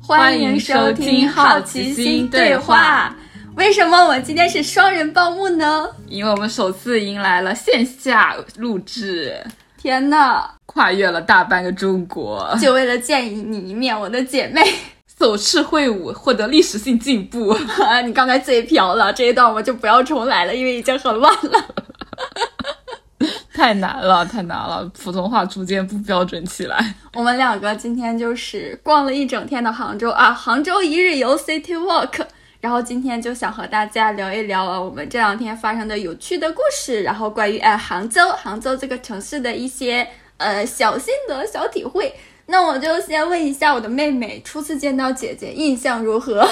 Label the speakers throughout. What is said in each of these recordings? Speaker 1: 欢迎收听《好奇心对话》。
Speaker 2: 为什么我今天是双人报幕呢？
Speaker 1: 因为我们首次迎来了线下录制，
Speaker 2: 天呐，
Speaker 1: 跨越了大半个中国，
Speaker 2: 就为了见你一面，我的姐妹。
Speaker 1: 首次会晤获得历史性进步。
Speaker 2: 啊，你刚才嘴瓢了，这一段我们就不要重来了，因为已经很晚了。
Speaker 1: 太难了，太难了，普通话逐渐不标准起来。
Speaker 2: 我们两个今天就是逛了一整天的杭州啊，杭州一日游 City Walk，然后今天就想和大家聊一聊啊，我们这两天发生的有趣的故事，然后关于哎杭州，杭州这个城市的一些呃小心得、小体会。那我就先问一下我的妹妹，初次见到姐姐印象如何？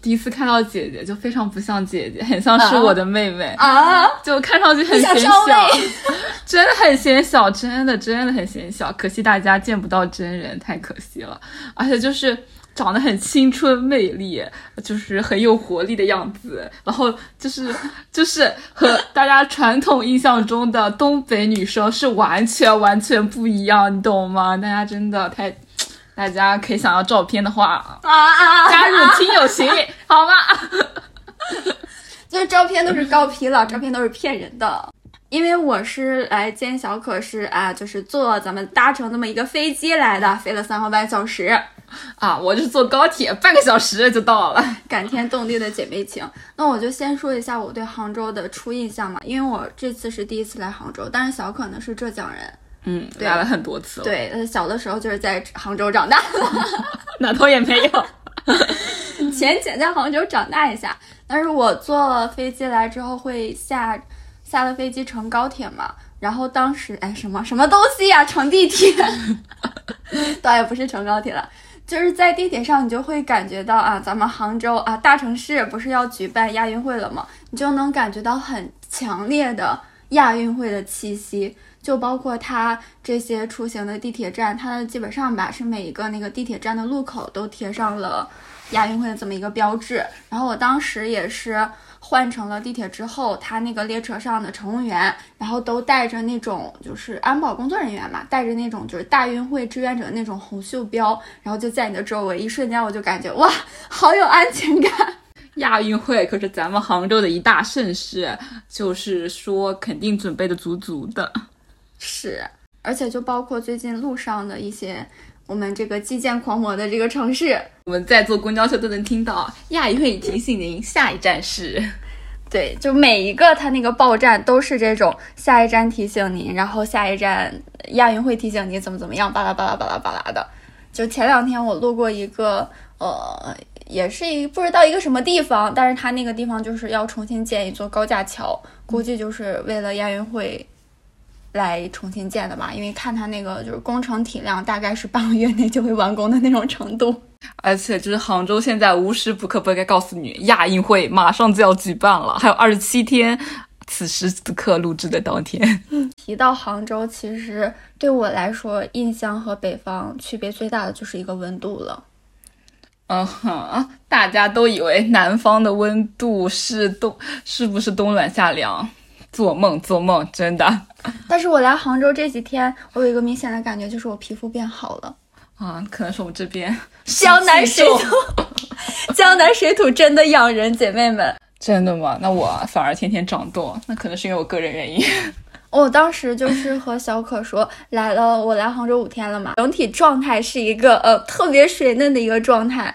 Speaker 1: 第一次看到姐姐就非常不像姐姐，很像是我的妹妹
Speaker 2: 啊，
Speaker 1: 就看上去很显
Speaker 2: 小
Speaker 1: 小， 真的很显小，真的真的很显小。可惜大家见不到真人，太可惜了。而且就是长得很青春魅力，就是很有活力的样子，然后就是 就是和大家传统印象中的东北女生是完全完全不一样，你懂吗？大家真的太。大家可以想要照片的话，
Speaker 2: 啊啊！
Speaker 1: 加入听友群，好吗？
Speaker 2: 就是照片都是高批了，照片都是骗人的。因为我是来见小可是啊，就是坐咱们搭乘这么一个飞机来的，飞了三个半小时，
Speaker 1: 啊，我就是坐高铁，半个小时就到了。
Speaker 2: 感天动地的姐妹情。那我就先说一下我对杭州的初印象嘛，因为我这次是第一次来杭州，但是小可呢是浙江人，
Speaker 1: 嗯，
Speaker 2: 对
Speaker 1: 来了很多次了，
Speaker 2: 对，呃小的时候就是在杭州长大
Speaker 1: 哪头也没有。
Speaker 2: 浅浅在杭州长大一下，但是我坐飞机来之后会下下了飞机乘高铁嘛，然后当时哎什么什么东西呀、乘地铁， 倒也不是乘高铁了。就是在地铁上，你就会感觉到啊，咱们杭州啊，大城市不是要举办亚运会了吗？你就能感觉到很强烈的亚运会的气息，就包括它这些出行的地铁站，它的基本上吧是每一个那个地铁站的路口都贴上了亚运会的这么一个标志。然后我当时也是换乘了地铁之后，他那个列车上的乘务员，然后都带着那种就是安保工作人员嘛，带着那种就是大运会志愿者的那种红袖标，然后就在你的周围，一瞬间我就感觉哇，好有安全感。
Speaker 1: 亚运会可是咱们杭州的一大盛事，就是说肯定准备的足足的。
Speaker 2: 是，而且就包括最近路上的一些我们这个基建狂魔的这个城市，
Speaker 1: 我们在坐公交车都能听到亚运会提醒您下一站是。
Speaker 2: 对，就每一个它那个报站都是这种下一站提醒您，然后下一站亚运会提醒你怎么怎么样，巴拉巴拉巴拉巴拉的。就前两天我路过一个呃，也是一不知道一个什么地方，但是它那个地方就是要重新建一座高架桥，估计就是为了亚运会。来重新建的吧，因为看它那个就是工程体量，大概是半个月内就会完工的那种程度。
Speaker 1: 而且就是杭州现在无时不刻不该告诉你，亚运会马上就要举办了，还有二十七天。此时此刻录制的当天，
Speaker 2: 提到杭州，其实对我来说，印象和北方区别最大的就是一个温度了。
Speaker 1: 嗯哼，大家都以为南方的温度是冬，是不是冬暖夏凉？做梦做梦，真的
Speaker 2: 但是我来杭州这几天，我有一个明显的感觉，就是我皮肤变好了。
Speaker 1: 啊，可能是我们这边
Speaker 2: 江南水
Speaker 1: 湿气重
Speaker 2: 土， 江南水土真的养人，姐妹们。
Speaker 1: 真的吗？那我反而天天长痘，那可能是因为我个人原因。
Speaker 2: 我哦当时就是和小可说，来了，我来杭州五天了嘛，整体状态是一个呃特别水嫩的一个状态。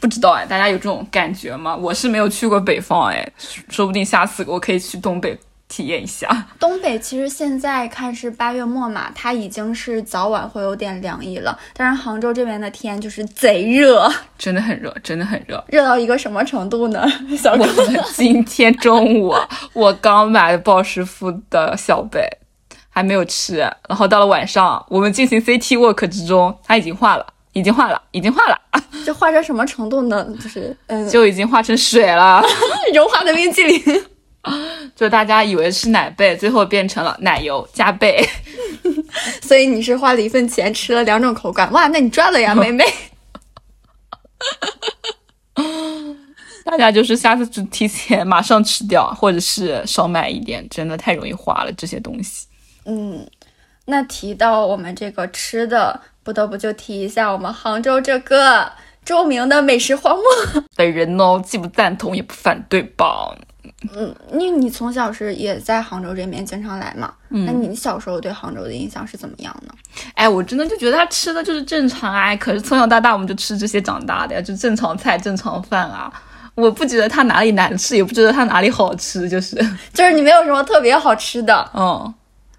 Speaker 1: 不知道哎，大家有这种感觉吗？我是没有去过北方哎，说说不定下次我可以去东北体验一下。
Speaker 2: 东北其实现在看是八月末嘛，它已经是早晚会有点凉意了。但是杭州这边的天就是贼热，
Speaker 1: 真的很热，真的很热。
Speaker 2: 热到一个什么程度呢？ 小
Speaker 1: 我
Speaker 2: 狗
Speaker 1: 们今天中午我刚买了鲍师傅的小贝，还没有吃。然后到了晚上，我们进行 CT work 之中，它已经化了，已经化了，已经化了，
Speaker 2: 就化成什么程度呢？就是嗯，
Speaker 1: 就已经化成水了。
Speaker 2: 融化的冰淇淋。
Speaker 1: 就大家以为是奶贝，最后变成了奶油加倍。
Speaker 2: 所以你是花了一份钱吃了两种口感，哇，那你赚 了呀，妹妹。
Speaker 1: 大家就是下次就提前马上吃掉，或者是少买一点，真的太容易花了这些东西。
Speaker 2: 嗯，那提到我们这个吃的，不得不就提一下我们杭州这个著名的美食荒漠。
Speaker 1: 本人呢，既不赞同也不反对吧。
Speaker 2: 嗯，因为你从小是也在杭州这边经常来嘛，
Speaker 1: 嗯
Speaker 2: 那你小时候对杭州的印象是怎么样呢？
Speaker 1: 哎，我真的就觉得他吃的就是正常哎，可是从小到大我们就吃这些长大的呀，就正常菜、正常饭啊。我不觉得它哪里难吃，也不觉得它哪里好吃，就是，
Speaker 2: 就是你没有什么特别好吃的，
Speaker 1: 嗯，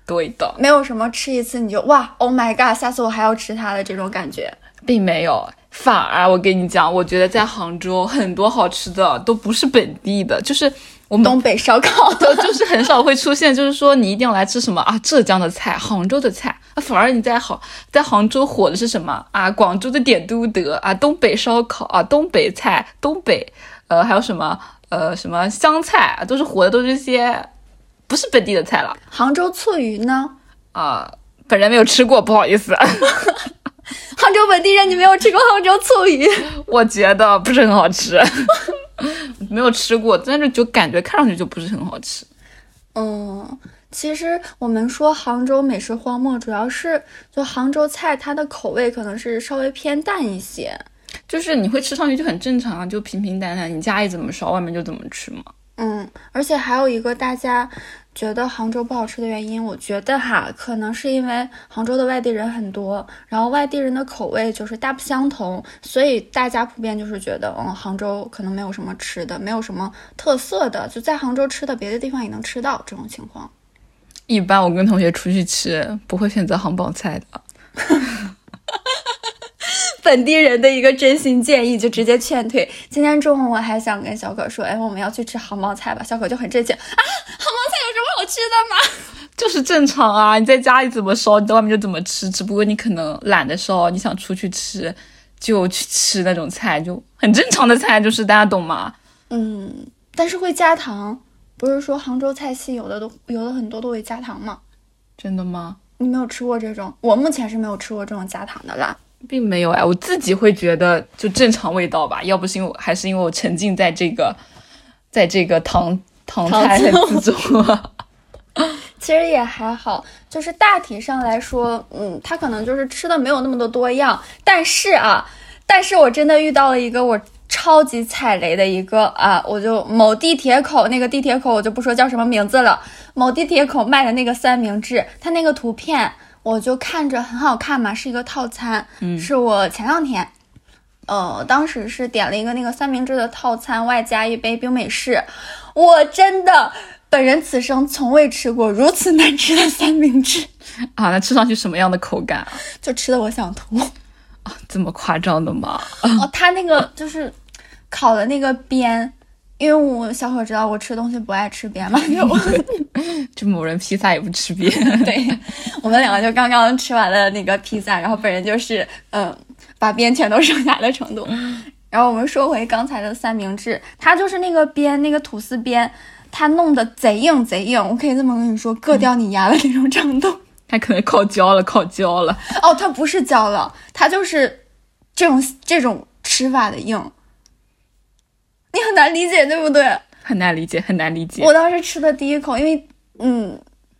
Speaker 1: 对的，
Speaker 2: 没有什么吃一次你就哇，Oh my god，下次我还要吃它的这种感觉。
Speaker 1: 并没有。反而我跟你讲，我觉得在杭州很多好吃的都不是本地的，就是我们
Speaker 2: 东北烧烤，
Speaker 1: 都 就是很少会出现，就是说你一定要来吃什么啊，浙江的菜、杭州的菜，啊、反而你在杭在杭州火的是什么啊？广州的点都德啊，东北烧烤啊，东北菜、东北呃还有什么呃什么湘菜，啊都是火的都是这些不是本地的菜了
Speaker 2: 杭州醋鱼呢？
Speaker 1: 啊。本人没有吃过，不好意思，
Speaker 2: 杭州本地人，你没有吃过杭州醋鱼？
Speaker 1: 我觉得不是很好吃， 没有吃过，但是就感觉看上去就不是很好吃。
Speaker 2: 嗯，其实我们说杭州美食荒漠，主要是就杭州菜它的口味可能是稍微偏淡一些。
Speaker 1: 就是你会吃上去就很正常啊，就平平淡淡，你家里怎么烧，外面就怎么吃嘛。
Speaker 2: 嗯，而且还有一个大家觉得杭州不好吃的原因，我觉得哈，可能是因为杭州的外地人很多，然后外地人的口味就是大不相同，所以大家普遍就是觉得，嗯，杭州可能没有什么吃的，没有什么特色的，就在杭州吃的，别的地方也能吃到这种情况。
Speaker 1: 一般我跟同学出去吃，不会选择杭帮菜的。
Speaker 2: 本地人的一个真心建议，就直接劝退。今天中午我还想跟小可说，哎，我们要去吃杭帮菜吧。小可就很震惊啊，杭帮菜有什么好吃的吗？
Speaker 1: 就是正常啊，你在家里怎么烧，你在外面就怎么吃，只不过你可能懒得烧，你想出去吃就去吃那种菜，就很正常的菜，就是大家懂吗？
Speaker 2: 嗯，但是会加糖，不是说杭州菜系有的都有的很多都会加糖吗？
Speaker 1: 真的吗？
Speaker 2: 你没有吃过这种？我目前是没有吃过这种加糖的啦。
Speaker 1: 并没有哎，我自己会觉得就正常味道吧，要不是因为我还是因为我沉浸在这个，在这个糖糖菜之中啊。
Speaker 2: 其实也还好，就是大体上来说，嗯，它可能就是吃的没有那么多多样。但是啊，但是我真的遇到了一个我超级踩雷的一个啊，我就某地铁口那个地铁口我就不说叫什么名字了，某地铁口卖的那个三明治，它那个图片我就看着很好看嘛，是一个套餐，是我前两天。呃，当时是点了一个那个三明治的套餐，外加一杯冰美式。我真的本人此生从未吃过如此难吃的三明治，
Speaker 1: 啊，那吃上去什么样的口感啊？
Speaker 2: 就吃的我想吐。
Speaker 1: 啊这么夸张的吗？
Speaker 2: 哦，他那个就是烤的那个边，因为我小伙知道我吃东西不爱吃边嘛，因为我
Speaker 1: 就某人披萨也不吃边，
Speaker 2: 对我们两个就刚刚吃完了那个披萨，然后本人就是嗯，把边全都剩下的程度。然后我们说回刚才的三明治，它就是那个边那个吐司边，它弄得贼硬贼硬，我可以这么跟你说，硌掉你牙的那种程度。
Speaker 1: 他可能烤焦了，烤焦了。
Speaker 2: 哦，它不是焦了，它就是这种这种吃法的硬，你很难理解，对不对？
Speaker 1: 很难理解，很难理解。
Speaker 2: 我当时吃的第一口，因为嗯，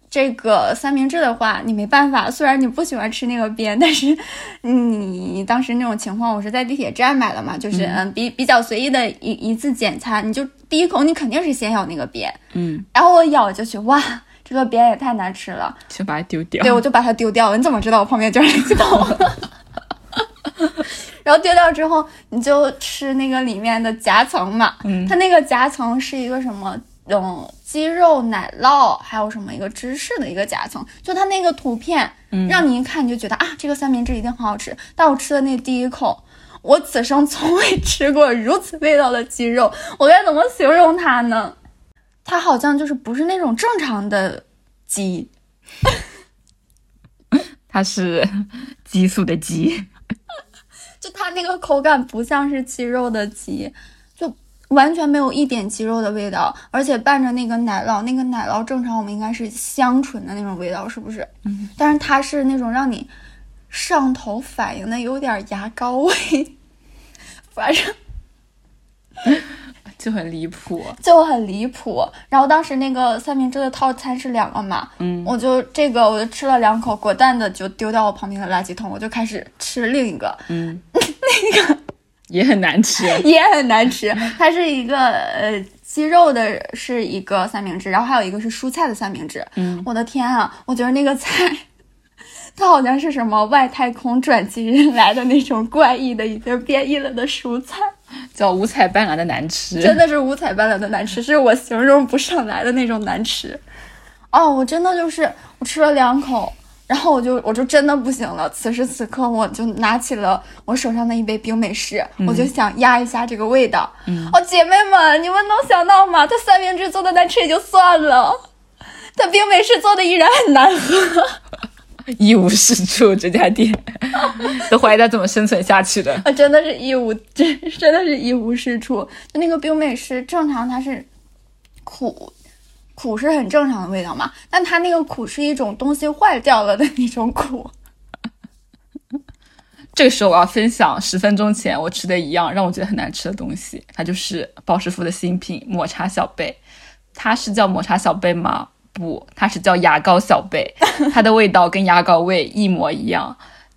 Speaker 2: 这个三明治的话，你没办法，虽然你不喜欢吃那个边，但是嗯你当时那种情况，我是在地铁站买的嘛，就是嗯比比较随意的一一次简餐，你就第一口你肯定是先咬那个边，
Speaker 1: 嗯，
Speaker 2: 然后我咬就去，哇，这个边也太难吃了，
Speaker 1: 先把它丢掉。
Speaker 2: 对，我就把它丢掉了。你怎么知道我旁边就是一包？ 然后丢掉之后，你就吃那个里面的夹层嘛。嗯，它那个夹层是一个什么？嗯，鸡肉、奶酪，还有什么一个芝士的一个夹层。就它那个图片，让你一看你就觉得啊，这个三明治一定很好吃。但我吃的那第一口。我此生从未吃过如此味道的鸡肉，我该怎么形容它呢？它好像就是不是那种正常的鸡，
Speaker 1: 它是 激素的激，
Speaker 2: 就它那个口感不像是鸡肉的鸡，就完全没有一点鸡肉的味道，而且伴着那个奶酪，那个奶酪正常我们应该是香醇的那种味道，是不是？嗯。但是它是那种让你上头反应的有点牙膏味， 反正
Speaker 1: 就很离谱。
Speaker 2: 就很离谱。然后当时那个三明治的套餐是两个嘛，嗯，我就这个我就吃了两口，果断的就丢到我旁边的垃圾桶，我就开始吃另一个，嗯，那个
Speaker 1: 也很难吃。
Speaker 2: 也很难吃。它是一个呃鸡肉的，是一个三明治，然后还有一个是蔬菜的三明治。
Speaker 1: 嗯，
Speaker 2: 我的天啊，我觉得那个菜，它好像是什么外太空转基因来的那种怪异的已经变异了的蔬菜，
Speaker 1: 叫五彩斑斓的难吃。
Speaker 2: 真的是五彩斑斓的难吃，是我形容不上来的那种难吃。哦，我真的就是我吃了两口。然后我就我就真的不行了，此时此刻我就拿起了我手上的一杯冰美式，我就想压一下这个味道。哦，姐妹们，你们能想到吗？它三明治做的难吃也就算了，它冰美式做的依然很难喝。
Speaker 1: 一无是处，这家店 都怀疑他怎么生存下去的。
Speaker 2: 啊，真的是一无， 真真的是一无是处。就那个冰美式，正常它是苦，苦是很正常的味道嘛，但它那个苦是一种东西坏掉了的那种苦。
Speaker 1: 这个时候我要分享十分钟前我吃的一样让我觉得很难吃的东西，它就是鲍师傅的新品抹茶小贝。它是叫抹茶小贝吗？不，它是叫牙膏小贝。它的味道跟牙膏味一模一样，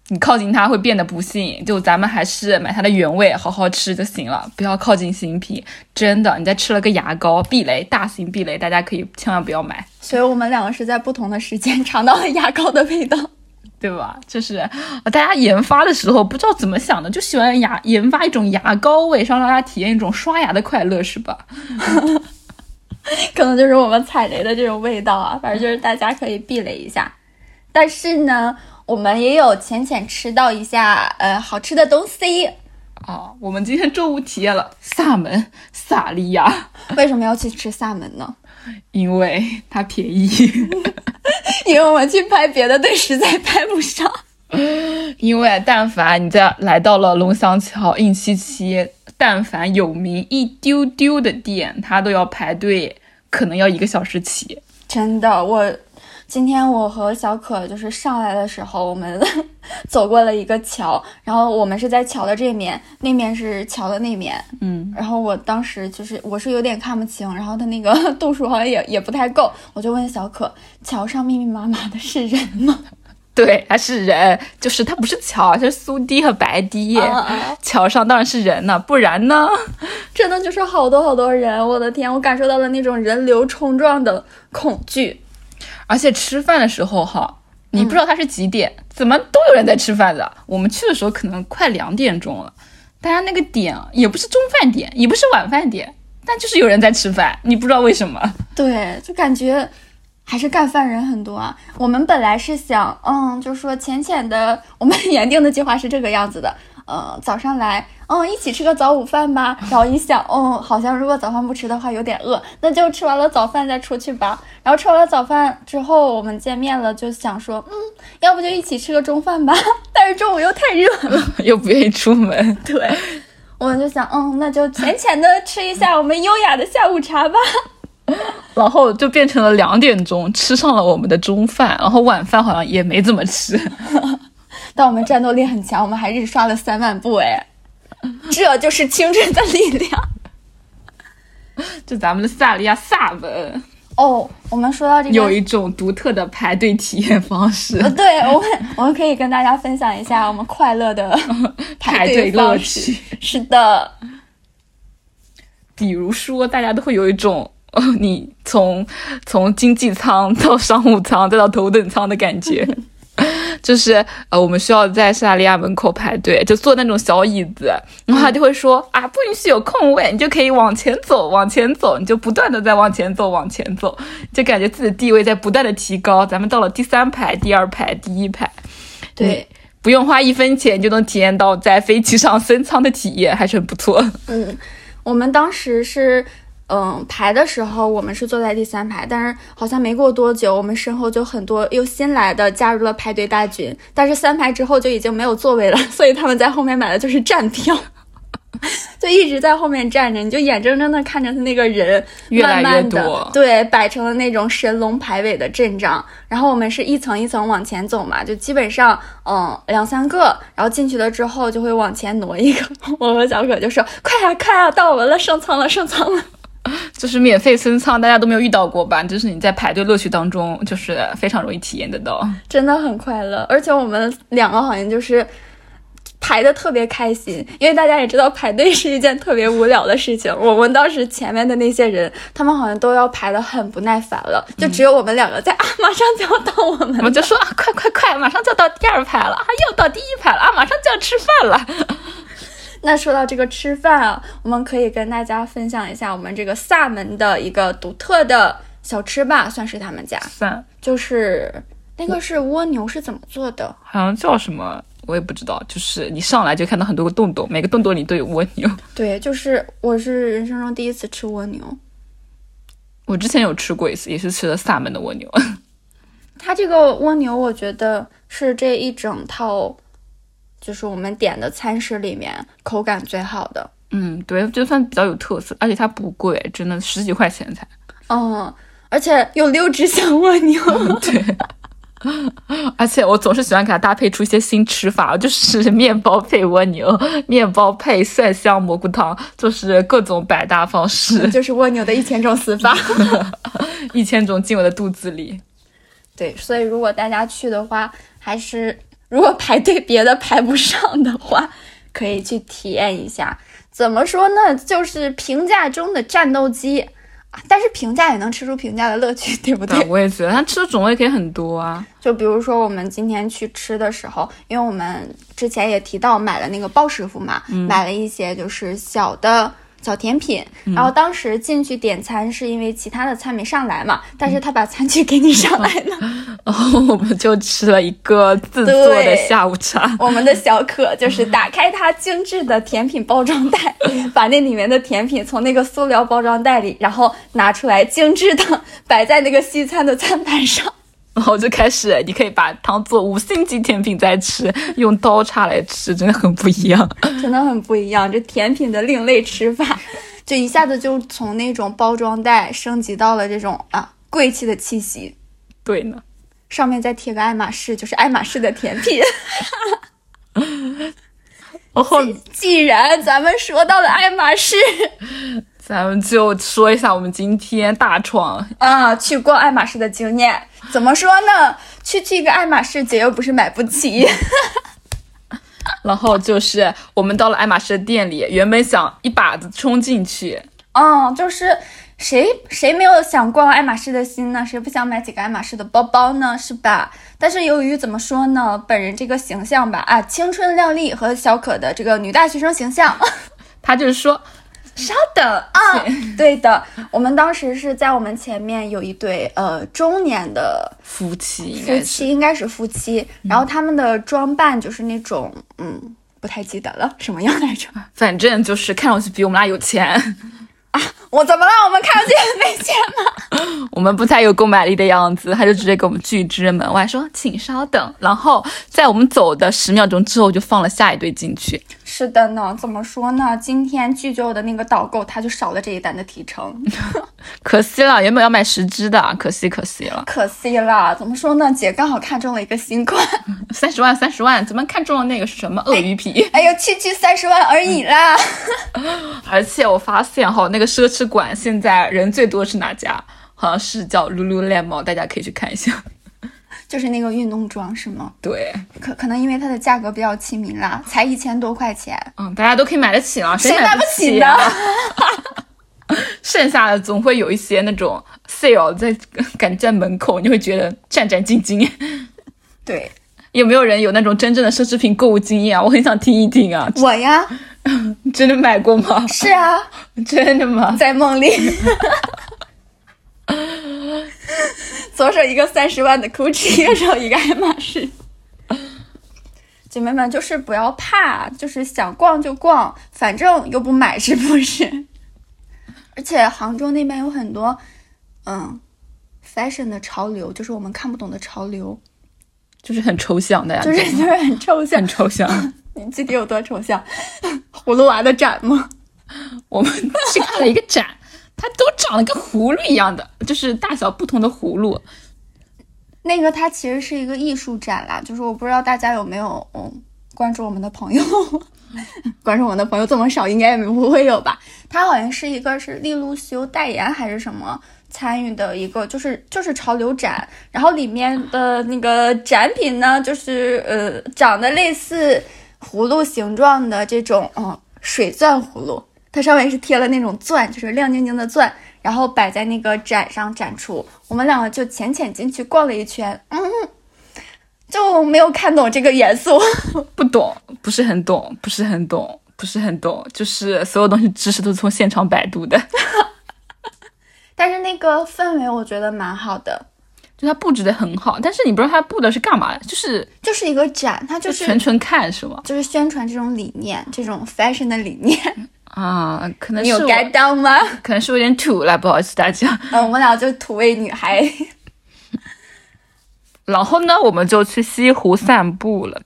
Speaker 1: 你靠近它会变得不幸。就咱们还是买它的原味，好好吃就行了，不要靠近新品。真的，你再吃了个牙膏，避雷，大型避雷，大家可以千万不要买。
Speaker 2: 所以我们两个是在不同的时间尝到了牙膏的味道。
Speaker 1: 对吧？就是呃大家研发的时候不知道怎么想的，就喜欢牙研发一种牙膏味，让大家体验一种刷牙的快乐，是吧？
Speaker 2: 可能就是我们踩雷的这种味道啊，反正就是大家可以避雷一下。但是呢，我们也有浅浅吃到一下呃好吃的东西。
Speaker 1: 啊，我们今天中午体验了萨门萨莉亚，
Speaker 2: 为什么要去吃厦门呢？
Speaker 1: 因为它便 宜，
Speaker 2: 因为我们去拍别的队实在拍不上。
Speaker 1: 因为但凡你在来到了龙翔桥硬七七，但凡有名一丢丢的店，它都要排队，可能要一个小时起。
Speaker 2: 真的，我今天我和小可就是上来的时候，我们 走过了一个桥，然后我们是在桥的这面，那面是桥的那面。
Speaker 1: 嗯，
Speaker 2: 然后我当时就是我是有点看不清，然后他那个度数好像也也不太够，我就问小可，桥上密密麻麻的是人吗？
Speaker 1: 对，它是人，就是它不是桥，它是苏堤和白堤。
Speaker 2: 啊，
Speaker 1: 桥上当然是人了，不然呢？
Speaker 2: 真的就是好多好多人，我的天，我感受到了那种人流冲撞的恐惧。
Speaker 1: 而且吃饭的时候哈，你不知道它是几点，怎么都有人在吃饭的。我们去的时候可能快两点钟了，大家那个点啊也不是中饭点，也不是晚饭点，但就是有人在吃饭，你不知道为什么。
Speaker 2: 对，就感觉还是干饭人很多啊。我们本来是想，嗯，就说浅浅的，我们 原定的计划是这个样子的，呃，早上来，嗯，一起吃个早午饭吧。然后一想，嗯，好像如果早饭不吃的话有点饿，那就吃完了早饭再出去吧。然后吃完了早饭之后，我们见面了，就想说，嗯，要不就一起吃个中饭吧。 但是中午又太热了，
Speaker 1: 又不愿意出门，
Speaker 2: 对。 我们就想，嗯，那就浅浅的吃一下我们优雅的下午茶吧。
Speaker 1: 然后就变成了两点钟吃上了我们的中饭，然后晚饭好像也没怎么吃。
Speaker 2: 但我们战斗力很强，我们还日刷了三万步哎，这就是青春的力量
Speaker 1: 就咱们的萨利亚萨文
Speaker 2: 哦。我们说到这个，
Speaker 1: 有一种独特的排队体验方式，
Speaker 2: 呃对我们我们可以跟大家分享一下我们快乐的
Speaker 1: 排
Speaker 2: 队
Speaker 1: 队
Speaker 2: 方
Speaker 1: 乐
Speaker 2: 式。
Speaker 1: 趣。
Speaker 2: 是的，
Speaker 1: 比如说，大家都会有一种， 哦，你从从经济舱到商务舱再到头等舱的感觉， 就是呃，我们需要在澳大利亚门口排队，就坐那种小椅子，然后他就会说、啊，不允许有空位，你就可以往前走，往前走，你就不断的在往前走，往前走， 就感觉自己的地位在不断的提高。咱们到了第三排、第二排、第一排，
Speaker 2: 对，
Speaker 1: 不用花一分钱就能体验到在飞机上升舱的体验，还是很不错。
Speaker 2: 嗯，我们当时是。嗯，排的时候我们是坐在第三排，但是好像没过多久，我们身后就很多又新来的加入了排队大军。但是三排之后就已经没有座位了，所以他们在后面买的就是站票， 就一直在后面站着，你就眼睁睁的看着他那个人
Speaker 1: 越来
Speaker 2: 慢
Speaker 1: 越
Speaker 2: 慢地
Speaker 1: 多
Speaker 2: 对，摆成了那种神龙摆尾的阵仗。然后我们是一层一层往前走嘛，就基本上嗯两三个，然后进去了之后就会往前挪一个。 我和小可就说：“快呀、快呀、到我们了，上舱了，上舱了。”
Speaker 1: 就是免费升舱，大家都没有遇到过吧？就是你在排队乐趣当中，就是非常容易体验得到。
Speaker 2: 真的很快乐，而且我们两个好像就是排的特别开心，因为大家也知道排队是一件特别无聊的事情。 我们当时前面的那些人，他们好像都要排的很不耐烦了，就只有我们两个在、啊，马上就要到我们
Speaker 1: 我
Speaker 2: 了
Speaker 1: 们就说啊，快快快，马上就要到第二排了，啊，又到第一排了，啊，马上就要吃饭了。
Speaker 2: 那说到这个吃饭啊，我们可以跟大家分享一下我们这个萨门的一个独特的小吃吧，算是他们家，
Speaker 1: 三
Speaker 2: 就是那个是蜗牛是怎么做的？
Speaker 1: 好像叫什么，我也不知道，就是你上来就看到很多个洞洞，每个洞洞里都有蜗牛。
Speaker 2: 对，就是我是人生中第一次吃蜗牛，
Speaker 1: 我之前有吃过一次，也是吃的萨门的蜗牛。
Speaker 2: 它这个蜗牛我觉得是这一整套，就是我们点的餐食里面口感最好的。
Speaker 1: 嗯，对，就算比较有特色，而且它不贵，真的十几块钱才。
Speaker 2: 嗯，而且有六只小蜗牛。
Speaker 1: 对。而且我总是喜欢给它搭配出一些新吃法，就是面包配蜗牛， 面包配蒜香蘑菇汤，就是各种百搭方式，
Speaker 2: 就是蜗牛的一千种死法。
Speaker 1: 一千种进我的肚子里。
Speaker 2: 对，所以如果大家去的话，还是如果排队别的排不上的话，可以去体验一下。怎么说呢？就是评价中的战斗机，啊但是评价也能吃出评价的乐趣，对不对？
Speaker 1: 对，我也觉得它吃的种类可以很多啊。
Speaker 2: 就比如说我们今天去吃的时候，因为我们之前也提到买了那个鲍师傅嘛，买了一些就是小的。小甜品，然后当时进去点餐是因为其他的菜没上来嘛，但是他把餐具给你上来了，
Speaker 1: 然后我们就吃了一个自做的
Speaker 2: 对
Speaker 1: 下午茶。
Speaker 2: 我们的小可就是打开它精致的甜品包装袋，把那里面的甜品从那个塑料包装袋里，然后拿出来，精致的摆在那个西餐的餐盘上。
Speaker 1: 然后就开始，你可以把当做五星级甜品在吃，用刀叉来吃，真的很不一样。
Speaker 2: 真的很不一样，这甜品的另类吃法，就一下子就从那种包装袋升级到了这种啊贵气的气息，
Speaker 1: 对呢，
Speaker 2: 上面再贴个爱马仕，就是爱马仕的甜品。
Speaker 1: 然后
Speaker 2: 既然咱们说到了爱马仕
Speaker 1: 咱们就说一下我们今天大创，
Speaker 2: 啊，去逛爱马仕的经验，怎么说呢？去去一个爱马仕，姐又不是买不起。
Speaker 1: 然后就是我们到了爱马仕的店里，原本想一把子冲进去，
Speaker 2: 嗯，就是谁谁没有想逛爱马仕的心呢？谁不想买几个爱马仕的包包呢？是吧？但是由于怎么说呢，本人这个形象吧，啊，青春靓丽和小可的这个女大学生形象，
Speaker 1: 他就是说
Speaker 2: 稍等啊，对的，我们当时是在我们前面有一对呃中年的
Speaker 1: 夫妻应
Speaker 2: 夫
Speaker 1: 该是
Speaker 2: 妻，应该是夫妻，然后他们的装扮就是那种嗯。不太记得了什么样来着？
Speaker 1: 反正就是看上去比我们俩有钱，
Speaker 2: 我怎么了？我们看上去没钱吗？
Speaker 1: 我们不太有购买力的样子，他就直接给我们拒之门外，说请稍等。然后在我们走的十秒钟之后，就放了下一对进去。
Speaker 2: 是的呢，怎么说呢？今天拒绝我的那个导购，他就少了这一单的提成，
Speaker 1: 可惜了，原本要买十支的，可惜可惜了，
Speaker 2: 可惜了。怎么说呢？姐刚好看中了一个新 款，
Speaker 1: 三十万三十万，咱们看中了那个是什么鳄鱼皮？
Speaker 2: 哎呦，区区三十万而已 啦。
Speaker 1: 而且我发现哈，那个奢侈馆现在人最多是哪家？好像是叫 Lululemon，大家可以去看一下。
Speaker 2: 就是那个运动装是吗？
Speaker 1: 对，
Speaker 2: 可可能因为它的价格比较亲民啦，才一千多块钱，
Speaker 1: 嗯，大家都可以买得起了，
Speaker 2: 谁
Speaker 1: 买
Speaker 2: 买不起
Speaker 1: 啊
Speaker 2: 呢？
Speaker 1: 剩下的总会有一些那种 sale 在呃感觉在门口，你会觉得战战兢兢。
Speaker 2: 对
Speaker 1: 有没有人有那种真正的奢侈品购物经验啊？我很想听一听 啊！
Speaker 2: 我呀，
Speaker 1: 真的买过吗？
Speaker 2: 是啊，
Speaker 1: 真的吗？
Speaker 2: 在梦里。左手一个三十万的 GUCCI，右手一个爱马仕。姐妹们，就是不要怕，就是想逛就逛，反正又不买，是不是？而且杭州那边有很多，嗯，fashion 的潮流，就是我们看不懂的潮流，
Speaker 1: 就是很抽象的呀，
Speaker 2: 就是就是很抽象
Speaker 1: 很。抽象。
Speaker 2: 你具体有多抽象？ 葫芦娃的展吗？
Speaker 1: 我们去看了一个展，它都长得跟葫芦一样的，就是大小不同的葫芦。
Speaker 2: 那个它其实是一个艺术展啦，就是我不知道大家有没有嗯关注我们的朋友， 关注我们的朋友这么少，应该也不会有吧？它好像是一个是利路修代言还是什么参与的一个，就是就是潮流展，然后里面的那个展品呢，就是呃长得类似。葫芦形状的这种嗯水钻葫芦，它上面是贴了那种钻，就是亮晶晶的钻，然后摆在那个展上展出。我们两个就浅浅进去逛了一圈，嗯，就没有看懂这个元素。
Speaker 1: 不懂，不是很懂，不是很懂，不是很懂，就是所有东西知识都是从现场百度的。
Speaker 2: 但是那个氛围我觉得蛮好的，
Speaker 1: 就它布置的很好，但是你不知道它布的是干嘛的，就是
Speaker 2: 就是一个展，它就
Speaker 1: 就是纯纯看是吗？
Speaker 2: 就是宣传这种理念，这种 fashion 的理念，
Speaker 1: 啊，可能
Speaker 2: 你
Speaker 1: 是
Speaker 2: 有
Speaker 1: 我
Speaker 2: get 到 吗？
Speaker 1: 可能是我有点土了，不好意思大家。
Speaker 2: 嗯，我们俩就土味女孩。
Speaker 1: 然后呢，我们就去西湖散步了。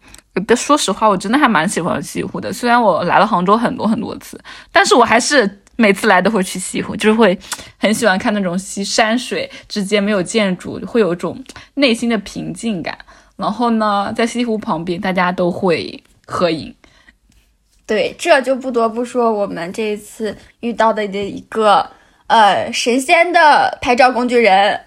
Speaker 1: 但说实话，我真的还蛮喜欢西湖的。虽然我来了杭州很多很多次，但是我还是每次来都会去西湖，就是会很喜欢看那种西山水之间没有建筑，会有一种内心的平静感。然后呢，在西湖旁边，大家都会合影。
Speaker 2: 对，这就不得不说我们这一次遇到的的一个呃神仙的拍照工具人。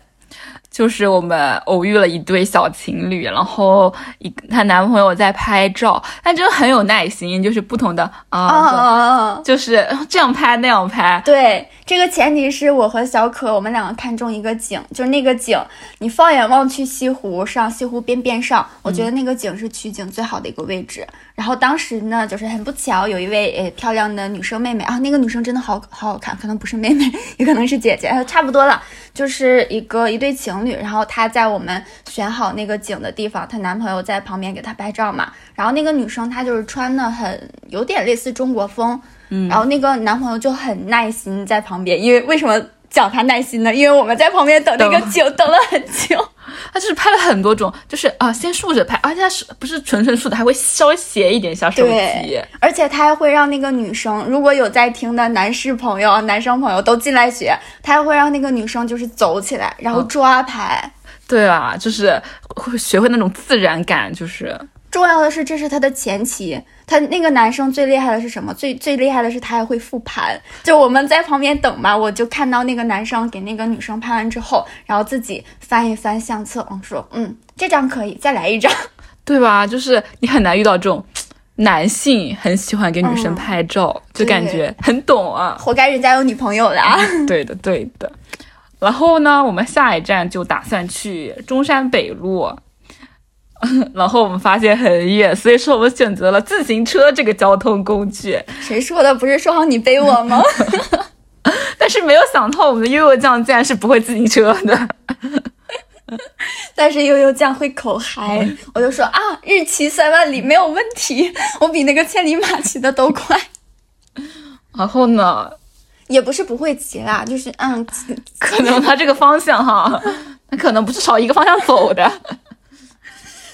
Speaker 1: 就是我们偶遇了一对小情侣，然后一她男朋友在拍照，但真的很有耐心，就是不同的啊，
Speaker 2: 嗯，
Speaker 1: 就是这样拍那样拍，
Speaker 2: 对，这个前提是我和小可我们两个看中一个景，就是那个景，你放眼望去西湖上，西湖边边上，我
Speaker 1: 嗯
Speaker 2: 觉得那个景是取景最好的一个位置。然后当时呢，就是很不巧，有一位诶漂亮的女生妹妹啊，那个女生真的好好好看，可能不是妹 妹，也可能是姐姐，哎差不多了，就是一个一对情侣，然后她在我们选好那个景的地方，她男朋友在旁边给她拍照嘛。然后那个女生她就是穿的很有点类似中国风，嗯，然后那个男朋友就很耐心在旁边，因为为什么讲他耐心呢？因为我们在旁边等那个
Speaker 1: 等
Speaker 2: 景等了很 久。
Speaker 1: 他就是拍了很多种，就是啊、先竖着拍，而且他是不是纯纯竖的，还会稍微斜一点小手机
Speaker 2: 对。而且他还会让那个女生，如果有在听的男士朋友、男生朋友都进来学，他还会让那个女生就是走起来，然后抓拍。
Speaker 1: 对啊，就是会学会那种自然感，就是
Speaker 2: 重要的是，这是他的前期。他那个男生最厉害的是什么？最最厉害的是他还会复盘。就我们在旁边等嘛，我就看到那个男生给那个女生拍完之后，然后自己翻一翻相册，嗯，说嗯，这张可以，再来一张。
Speaker 1: 对吧？就是你很难遇到这种男性很喜欢给女生拍照，就感觉很懂啊。
Speaker 2: 活该人家有女朋友了啊！
Speaker 1: 对的，对的。然后呢，我们下一站就打算去中山北路， 然后我们发现很远，所以说我们选择了自行车这个交通工具。
Speaker 2: 谁说的？不是说好你背我吗？
Speaker 1: 但是没有想到，我们的悠悠酱竟然是不会自行车的。
Speaker 2: 但是悠悠酱会口嗨，我就说啊，日骑三万里没有问题，我比那个千里马骑的都快。
Speaker 1: 然后呢，
Speaker 2: 也不是不会骑啦，就是嗯，骑
Speaker 1: 可能它这个方向 哈，它可能不是朝一个方向走的。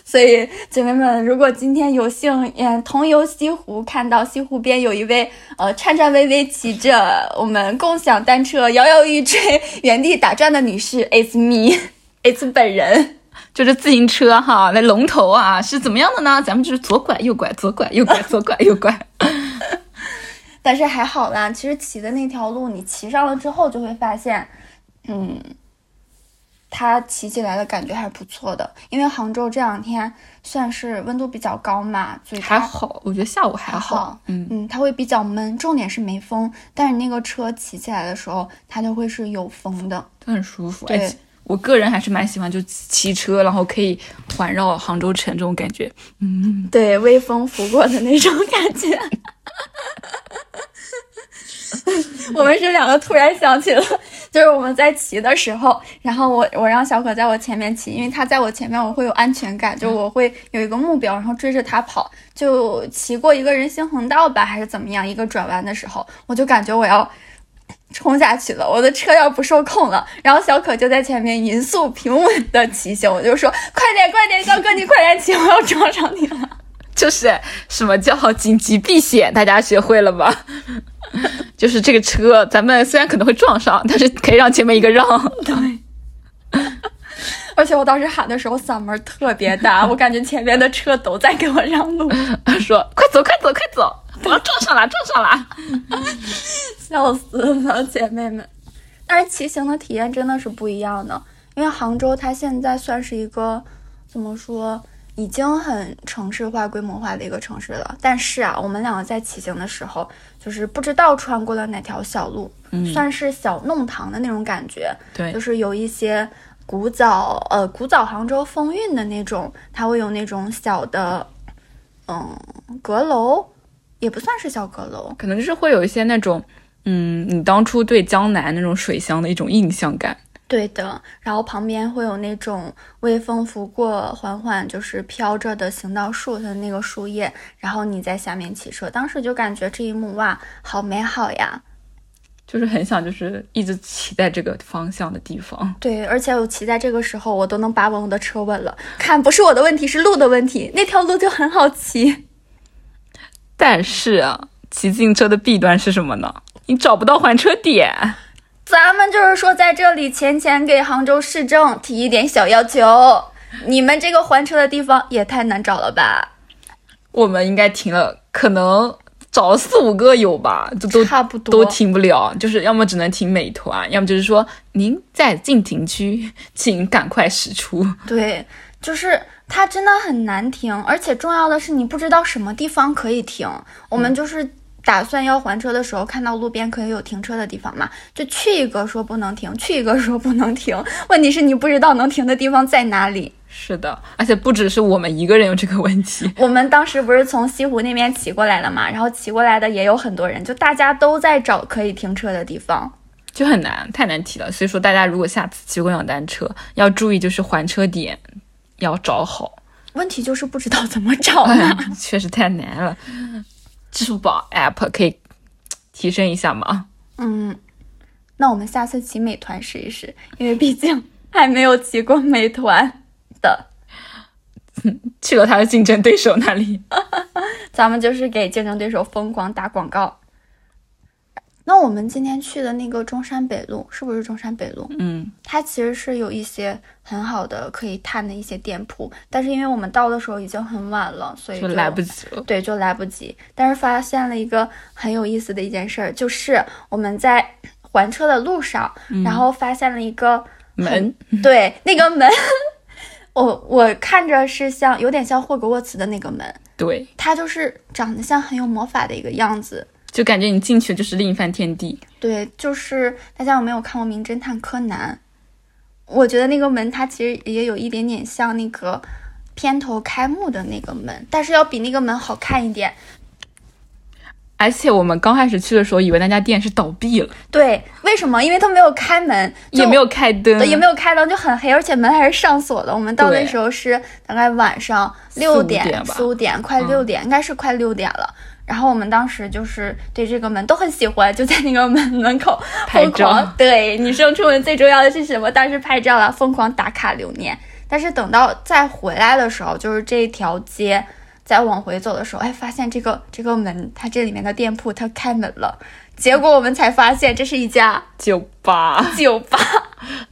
Speaker 2: 所以姐妹们，如果今天有幸嗯同游西湖，看到西湖边有一位呃颤颤巍巍骑着我们共享单车摇摇欲坠、原地打转的女士，it's me，it's 本人。
Speaker 1: 就是自行车哈，那龙头啊是怎么样的呢？咱们就是左拐右拐，左拐右拐，左拐右拐。
Speaker 2: 但是还好啦，其实骑的那条路，你骑上了之后就会发现，嗯，它骑起来的感觉还是不错的。因为杭州这两天算是温度比较高嘛，所以它
Speaker 1: 还好，我觉得下午还
Speaker 2: 还
Speaker 1: 好
Speaker 2: 好。，
Speaker 1: 嗯，
Speaker 2: 嗯，它会比较闷，重点是没风，但是那个车骑起来的时候，它就会是有风的。
Speaker 1: 都很舒服。
Speaker 2: 对
Speaker 1: 而且我个人还是蛮喜欢，就骑车，然后可以环绕杭州城这种感觉。
Speaker 2: 对，微风拂过的那种感觉。 我们是两个突然想起了，就是我们在骑的时候，然后我我让小可在我前面骑，因为他在我前面，我会有安全感，就我会有一个目标，然后追着他跑。就骑过一个人行横道吧，还是怎么样，一个转弯的时候，我就感觉我要冲下去了，我的车要不受控了。然后小可就在前面匀速平稳的骑行，我就说快点快点，小哥你快点骑，我要撞上你了。
Speaker 1: 就是什么叫紧急避险，大家学会了吗？ 就是这个车，咱们虽然可能会撞上，但是可以让前面一个让。
Speaker 2: 而且我当时喊的时候嗓门特别大，我感觉前面的车都在给我让路，
Speaker 1: 说快走，快走，快走，我要撞上了，撞上了。
Speaker 2: 笑死了，姐妹们。但是骑行的体验真的是不一样的，因为杭州它现在算是一个怎么说，已经很城市化、规模化的一个城市了。但是啊，我们两个在骑行的时候，就是不知道穿过了哪条小路，
Speaker 1: 嗯
Speaker 2: 算是小弄堂的那种感觉，
Speaker 1: 对
Speaker 2: 就是有一些古早呃古早杭州风韵的那种，它会有那种小的嗯阁楼，也不算是小阁楼，
Speaker 1: 可能就是会有一些那种，嗯，你当初对江南那种水乡的一种印象感。
Speaker 2: 对的。然后旁边会有那种微风拂过，缓缓就是飘着的行道树，它的那个树叶，然后你在下面骑车，当时就感觉这一幕哇，好美好呀！
Speaker 1: 就是很想，就是一直骑在这个方向的地方。
Speaker 2: 对，而且我骑在这个时候，我都能把稳我的车稳了。看，不是我的问题，是路的问题。那条路就很好骑，
Speaker 1: 但是啊，骑自行车的弊端是什么呢？你找不到还车点。
Speaker 2: 咱们就是说，在这里浅浅给杭州市政提一点小要求，你们这个还车的地方也太难找了吧？
Speaker 1: 我们应该停了，可能找了四五个有吧，就都
Speaker 2: 差不
Speaker 1: 都
Speaker 2: 多。
Speaker 1: 停不了，就是要么只能停美团，要么就是说您在禁停区，请赶快驶出。
Speaker 2: 对，就是它真的很难停，而且重要的是你不知道什么地方可以停。我
Speaker 1: 嗯
Speaker 2: 们就是打算要还车的时候，看到路边可以有停车的地方嘛，就去一个说不能停，去一个说不能停。问题是你不知道能停的地方在哪里。
Speaker 1: 是的，而且不只是我们一个人有这个问题，
Speaker 2: 我们当时不是从西湖那边骑过来的嘛，然后骑过来的也有很多人，就大家都在找可以停车的地方。
Speaker 1: 就很难，太难提了。所以说，大家如果下次骑共享单车，要注意就是还车点要找好。
Speaker 2: 问题就是不知道怎么找
Speaker 1: 哎
Speaker 2: 嘛。
Speaker 1: 呀，确实太难了。支付宝 app 可以提升一下吗？
Speaker 2: 嗯，那我们下次骑美团试一试，因为毕竟还没有骑过美团的，
Speaker 1: 去了他的竞争对手那里。
Speaker 2: 咱们就是给竞争对手疯狂打广告。那我们今天去的那个中山北路，是不是中山北路？
Speaker 1: 嗯，
Speaker 2: 它其实是有一些很好的可以探的一些店铺，但是因为我们到的时候已经很晚了，所以
Speaker 1: 就来不及了。
Speaker 2: 对，就来不及。但是发现了一个很有意思的一件事儿，就是我们在还车的路上，然后发现了一个
Speaker 1: 门
Speaker 2: 对那个门， 我我看着是像有点像霍格沃茨的那个门，
Speaker 1: 对，
Speaker 2: 它就是长得像很有魔法的一个样子。
Speaker 1: 就感觉你进去就是另一番天地。
Speaker 2: 对，就是大家有没有看过《名侦探柯南》？我觉得那个门它其实也有一点点像那个片头开幕的那个门，但是要比那个门好看一点。
Speaker 1: 而且我们刚开始去的时候，以为那家店是倒闭了，
Speaker 2: 对，为什么？因为它没有开门，就呃
Speaker 1: 也没有开灯，
Speaker 2: 对也没有开灯，就很黑，而且门还是上锁的。我们到
Speaker 1: 嗯对
Speaker 2: 的时候是大概晚上六
Speaker 1: 四五
Speaker 2: 点
Speaker 1: 点，吧嗯
Speaker 2: 四五点，快六点，应该是快六点了。然后我们当时就是对这个门都很喜欢，就在那个门门口
Speaker 1: 拍
Speaker 2: 疯狂
Speaker 1: 照。
Speaker 2: 对，女生出门最重要的是什么？当时拍照了，疯狂打卡留念。但是等到再回来的时候，就是这一条街再往回走的时候，哎，发现这个这个门，它这里面的店铺它开门了。结果我们才发现，这是一家
Speaker 1: 酒吧。
Speaker 2: 酒吧。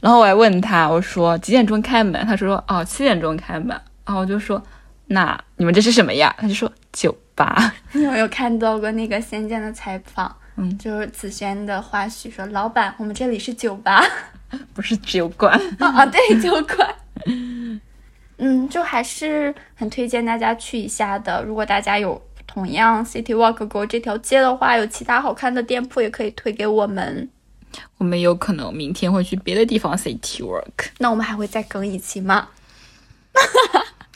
Speaker 1: 然后我还问他，我说几点钟开门？他说哦七点钟开门。然后我就说那你们这是什么呀？他就说酒吧。
Speaker 2: 你有没有看到过那个《仙剑》的采访？
Speaker 1: 嗯
Speaker 2: 就是紫萱的花絮说：“老板，我们这里是酒吧
Speaker 1: 不是酒馆，
Speaker 2: 啊，对，酒馆。” 嗯，就还是很推荐大家去一下的。如果大家有同样 City Walk 过这条街的话，有其他好看的店铺也可以推给我们。
Speaker 1: 我们有可能明天会去别的地方 city work，
Speaker 2: 那我们还会再更一期吗？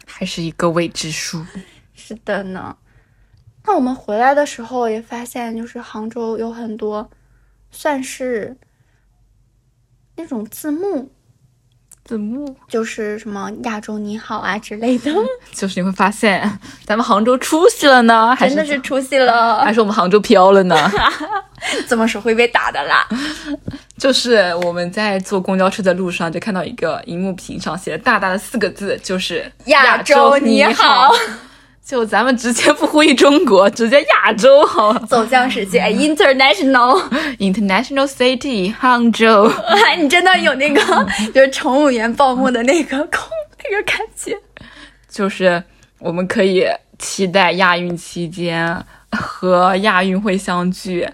Speaker 1: 还是一个未知数。
Speaker 2: 是的呢。那我们回来的时候也发现，就是杭州有很多算是那种字幕
Speaker 1: 字幕
Speaker 2: 就是什么亚洲你好啊之 类的，
Speaker 1: 就是你会发现，咱们杭州出息了呢，还
Speaker 2: 真
Speaker 1: 是
Speaker 2: 的是出 息了
Speaker 1: 还，是我们杭州飘了呢？
Speaker 2: 怎么说会被打的啦？
Speaker 1: 就是我们在坐公交车的路上，就看到一个荧幕屏上写的大大的四个字，就是“
Speaker 2: 亚
Speaker 1: 洲
Speaker 2: 洲你
Speaker 1: 好
Speaker 2: 好”。
Speaker 1: 就咱们直接不呼吁中国，直接亚洲好了
Speaker 2: 走向世界，international，
Speaker 1: ，International City 杭州。
Speaker 2: 哎，你真的有那个 就是乘务员报幕的那个空那个感觉。
Speaker 1: 就是我们可以期待亚运期间和亚运会相聚，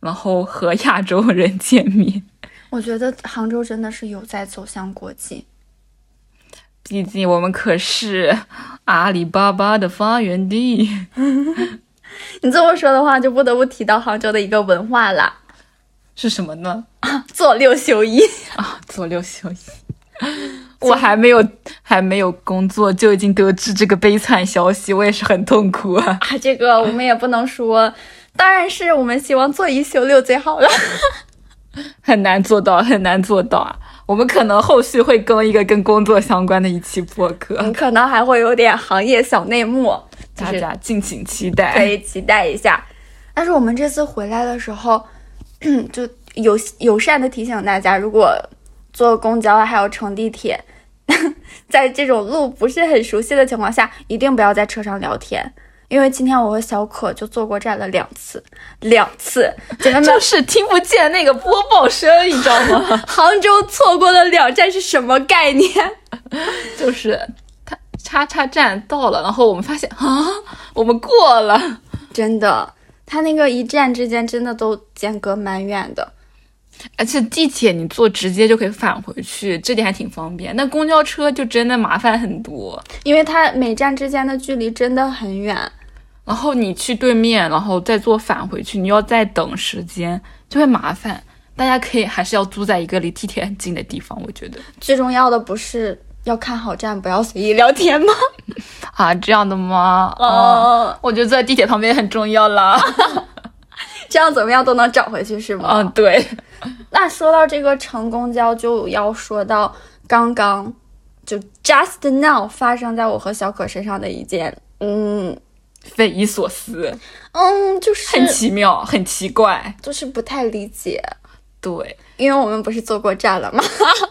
Speaker 1: 然后和亚洲人见面。
Speaker 2: 我觉得杭州真的是有在走向国际，
Speaker 1: 毕竟我们可是阿里巴巴的发源地。
Speaker 2: 你这么说的话，就不得不提到杭州的一个文化啦，
Speaker 1: 是什么呢？
Speaker 2: 做六休一。
Speaker 1: 啊， 左六休一。我还没有还没有工作，就已经得知这个悲惨消息，我也是很痛苦啊。
Speaker 2: 啊，这个我们也不能说，当然是我们希望做一休六最好了。
Speaker 1: 很难做到，很难做到啊！我们可能后续会更一个跟工作相关的一期播客，
Speaker 2: 嗯可能还会有点行业小内幕，就
Speaker 1: 大
Speaker 2: 是
Speaker 1: 家敬请期
Speaker 2: 可
Speaker 1: 待。
Speaker 2: 以期待一下。 但是我们这次回来的时候， 就友友善的提醒大家，如果坐公交啊还有乘地铁， 在这种路不是很熟悉的情况下，一定不要在车上聊天。因为今天我和小可就坐过站了两次，两 次，姐妹们
Speaker 1: 就是听不见那个播报声，你知道吗？
Speaker 2: 杭州错过了两站是什么概念？
Speaker 1: 就是它叉叉站到了，然后我们发现啊，我们过了，
Speaker 2: 真的，它那个一站之间真的都间隔蛮远的。
Speaker 1: 而且地铁你坐直接就可以返回去，这点还挺方便。那公交车就真的麻烦很多。
Speaker 2: 因为它每站之间的距离真的很远，
Speaker 1: 然后你去对面，然后再坐返回去，你要再等时间，就会麻烦。大家可以还是要租在一个离地铁很近的地方，我觉得
Speaker 2: 最重要的不是要看好站，不要随意聊天吗？
Speaker 1: 啊，这样的吗？啊，
Speaker 2: 哦，
Speaker 1: 我觉得坐在地铁旁边很重要 啦。
Speaker 2: 这样怎么样都能找回去是吗？
Speaker 1: 嗯，对，
Speaker 2: 那说到这个乘公交，就要说到刚刚就 just now 发生在我和小可身上的一件，嗯
Speaker 1: 匪夷所思，
Speaker 2: 嗯，就
Speaker 1: 很
Speaker 2: 是
Speaker 1: 奇妙，很奇怪。
Speaker 2: 就是不太理解，
Speaker 1: 对，
Speaker 2: 因为我们不是坐过站了吗？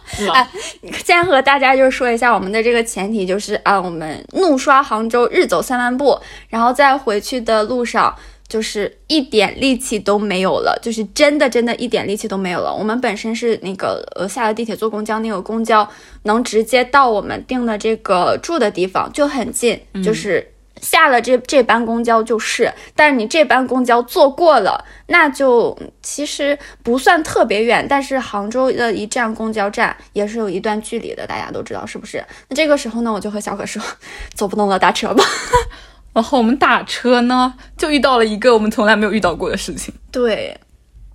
Speaker 1: 是吧
Speaker 2: 先和大家就是说一下我们的这个前提，就是啊，我们怒刷杭州，日走三万步，然后在回去的路上，就是一点力气都没有了，就是真的真的一点力气都没有了。我们本身是那个呃下了地铁坐公交，那个公交能直接到我们定的这个住的地方，就很近，就是。下了这这班公交就是，但是你这班公交坐过了，那就其实不算特别远，但是杭州的一站公交站也是有一段距离的，大家都知道是不是？那这个时候呢，我就和小可说， 走不动了，打车吧。
Speaker 1: 然后我们打车呢，就遇到了一个我们从来没有遇到过的事情，
Speaker 2: 对，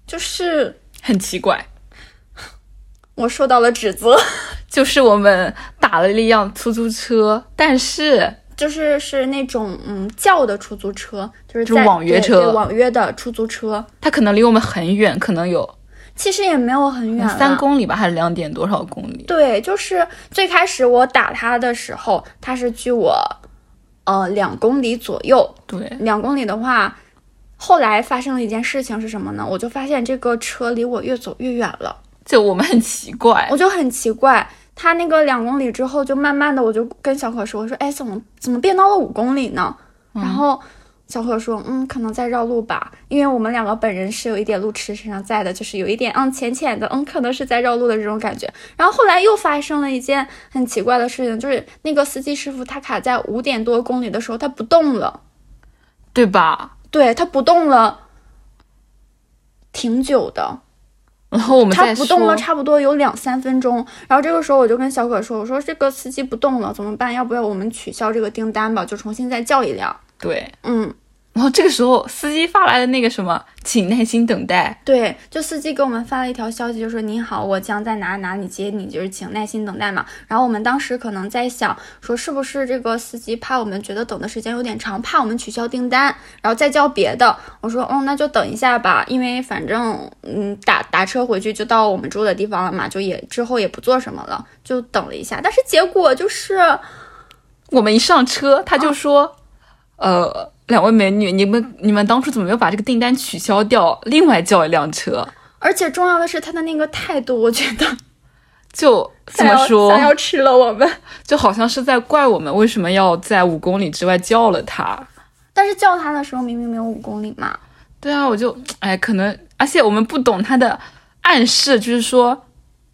Speaker 2: 就是
Speaker 1: 很奇怪。
Speaker 2: 我受到了指责，
Speaker 1: 就是我们打了一辆出租车，但是
Speaker 2: 就是是那种嗯叫的出租车，就是
Speaker 1: 就是
Speaker 2: 在
Speaker 1: 网约
Speaker 2: 对
Speaker 1: 车
Speaker 2: 对网约的出租车，
Speaker 1: 它可能离我们很远，可能有
Speaker 2: 其实也没有很远了，
Speaker 1: 三公里吧，还是两点多少公里？
Speaker 2: 对，就是最开始我打他的时候，他是距我呃两公里左右，
Speaker 1: 对，
Speaker 2: 两公里的话，后来发生了一件事情是什么呢？我就发现这个车离我越走越远了，
Speaker 1: 就我们很奇怪，
Speaker 2: 我就很奇怪。他那个两公里之后，就慢慢的，我就跟小可说：“我说，哎，怎么怎么变到了五公里呢？”然后小可说：“嗯，可能在绕路吧，因为我们两个本人是有一点路痴身上在的，就是有一点嗯浅浅的，嗯，可能是在绕路的这种感觉。”然后后来又发生了一件很奇怪的事情，就是那个司机师傅他卡在五点多公里的时候，他不动了。
Speaker 1: 对吧？
Speaker 2: 对，它不动了，挺久的，
Speaker 1: 然后我们
Speaker 2: 它
Speaker 1: 再
Speaker 2: 不
Speaker 1: 说，
Speaker 2: 动了，差不多有两三分钟。然后这个时候我就跟小可说：“我说这个司机不动了，怎么办？要不要我们取消这个订单吧？就重新再叫一辆。
Speaker 1: 对。”
Speaker 2: 嗯，
Speaker 1: 然后这个时候，司机发来的那个什么，请耐心等待，
Speaker 2: 对，就司机给我们发了一条消息，就说：“您好，我将在哪哪里接你，就是请耐心等待嘛。”然后我们当时可能在想，说是不是这个司机怕我们觉得等的时间有点长，怕我们取消订单，然后再叫别的。我说，哦，那就等一下吧，因为反正嗯打打车回去就到我们住的地方了嘛，就也之后也不做什么了，就等了一下。但是结果就是，
Speaker 1: 我们一上车，他就说，
Speaker 2: 啊
Speaker 1: 呃，两位美女，你们你们当初怎么没有把这个订单取消掉，另外叫一辆车？
Speaker 2: 而且重要的是他的那个态度，我觉得
Speaker 1: 就
Speaker 2: 想
Speaker 1: 怎么
Speaker 2: 要
Speaker 1: 说
Speaker 2: 想，要吃了我们。
Speaker 1: 就好像是在怪我们为什么要在五公里之外叫了他。
Speaker 2: 但是叫他的时候明明没有五公里嘛。
Speaker 1: 对啊，我就哎，可能而且我们不懂他的暗示，就是说，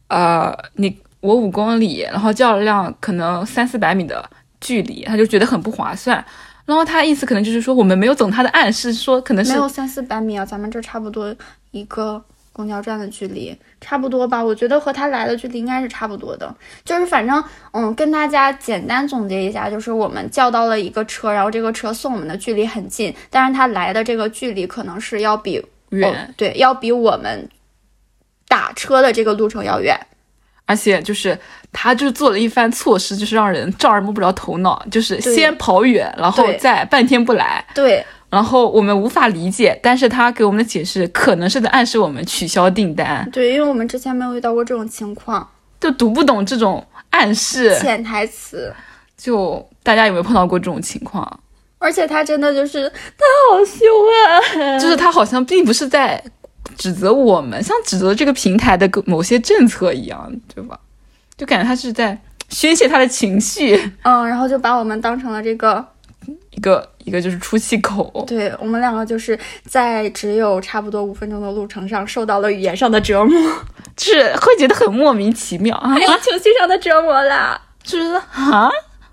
Speaker 1: 呃，你我五公里，然后叫了辆可能三四百米的距离，他就觉得很不划算。然后他意思可能就是说，我们没有懂他的暗示，说可能是
Speaker 2: 没有三四百米啊，咱们这差不多一个公交站的距离，差不多吧。我觉得和他来的距离应该是差不多的。就是反正，嗯，跟大家简单总结一下，就是我们叫到了一个车，然后这个车送我们的距离很近，但是他来的这个距离可能是要比
Speaker 1: 远
Speaker 2: 哦对，要比我们打车的这个路程要远。
Speaker 1: 而且就是他就是做了一番措施，就是让人丈二摸不着头脑，就是
Speaker 2: 对
Speaker 1: 先跑远，然后
Speaker 2: 对
Speaker 1: 再半天不来，
Speaker 2: 对，
Speaker 1: 然后我们无法理解，但是他给我们的解释可能是在暗示我们取消订单，
Speaker 2: 对，因为我们之前没有遇到过这种情况，
Speaker 1: 就读不懂这种暗示，
Speaker 2: 潜台词。
Speaker 1: 就大家有没有碰到过这种情况？
Speaker 2: 而且他真的就是他好凶啊！
Speaker 1: 就是他好像并不是在指责我们，像指责这个平台的某些政策一样，对吧？就感觉他是在宣泄他的情绪，
Speaker 2: 嗯，然后就把我们当成了这个，
Speaker 1: 一个一个就是出气口。
Speaker 2: 对我们两个就是在只有差不多五分钟的路程上受到了语言上的折磨，
Speaker 1: 就是会觉得很莫名其妙啊
Speaker 2: 还，有情绪上的折磨啦。
Speaker 1: 就是啊啊，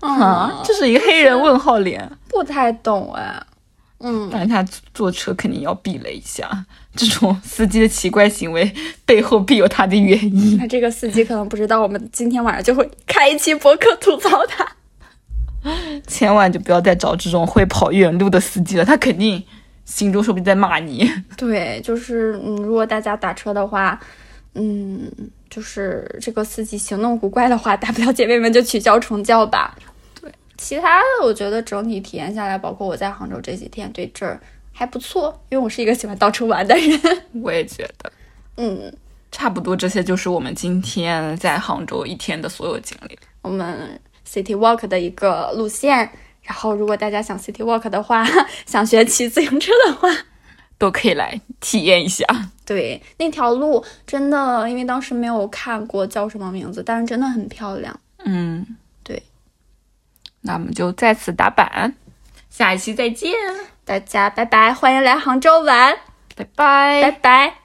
Speaker 2: 嗯，
Speaker 1: 这是一个黑人问号脸，
Speaker 2: 不太懂哎。嗯，
Speaker 1: 但是他坐车肯定要避雷一下，这种司机的奇怪行为背后必有他的原因。
Speaker 2: 那这个司机可能不知道，我们今天晚上就会开一期博客吐槽他。
Speaker 1: 千万就不要再找这种会跑远路的司机了，他肯定心中说不定在骂你。
Speaker 2: 对，就是嗯，如果大家打车的话，嗯，就是这个司机行动古怪的话，大不了姐妹们就取消重叫吧。
Speaker 1: 对，
Speaker 2: 其他的我觉得整体体验下来，包括我在杭州这几天对这儿还不错，因为我是一个喜欢到处玩的人。
Speaker 1: 我也觉得，
Speaker 2: 嗯，
Speaker 1: 差不多这些就是我们今天在杭州一天的所有经历了。
Speaker 2: 我们 City Walk 的一个路线。然后，如果大家想 City Walk 的话， 想学骑自行车的话，
Speaker 1: 都可以来体验一下，
Speaker 2: 对那条路真的，因为当时没有看过叫什么名字，但是真的很漂亮。
Speaker 1: 嗯，
Speaker 2: 对，
Speaker 1: 那我们就在此打板，下一期再见，
Speaker 2: 大家拜拜，欢迎来杭州玩，
Speaker 1: 拜拜
Speaker 2: 拜拜。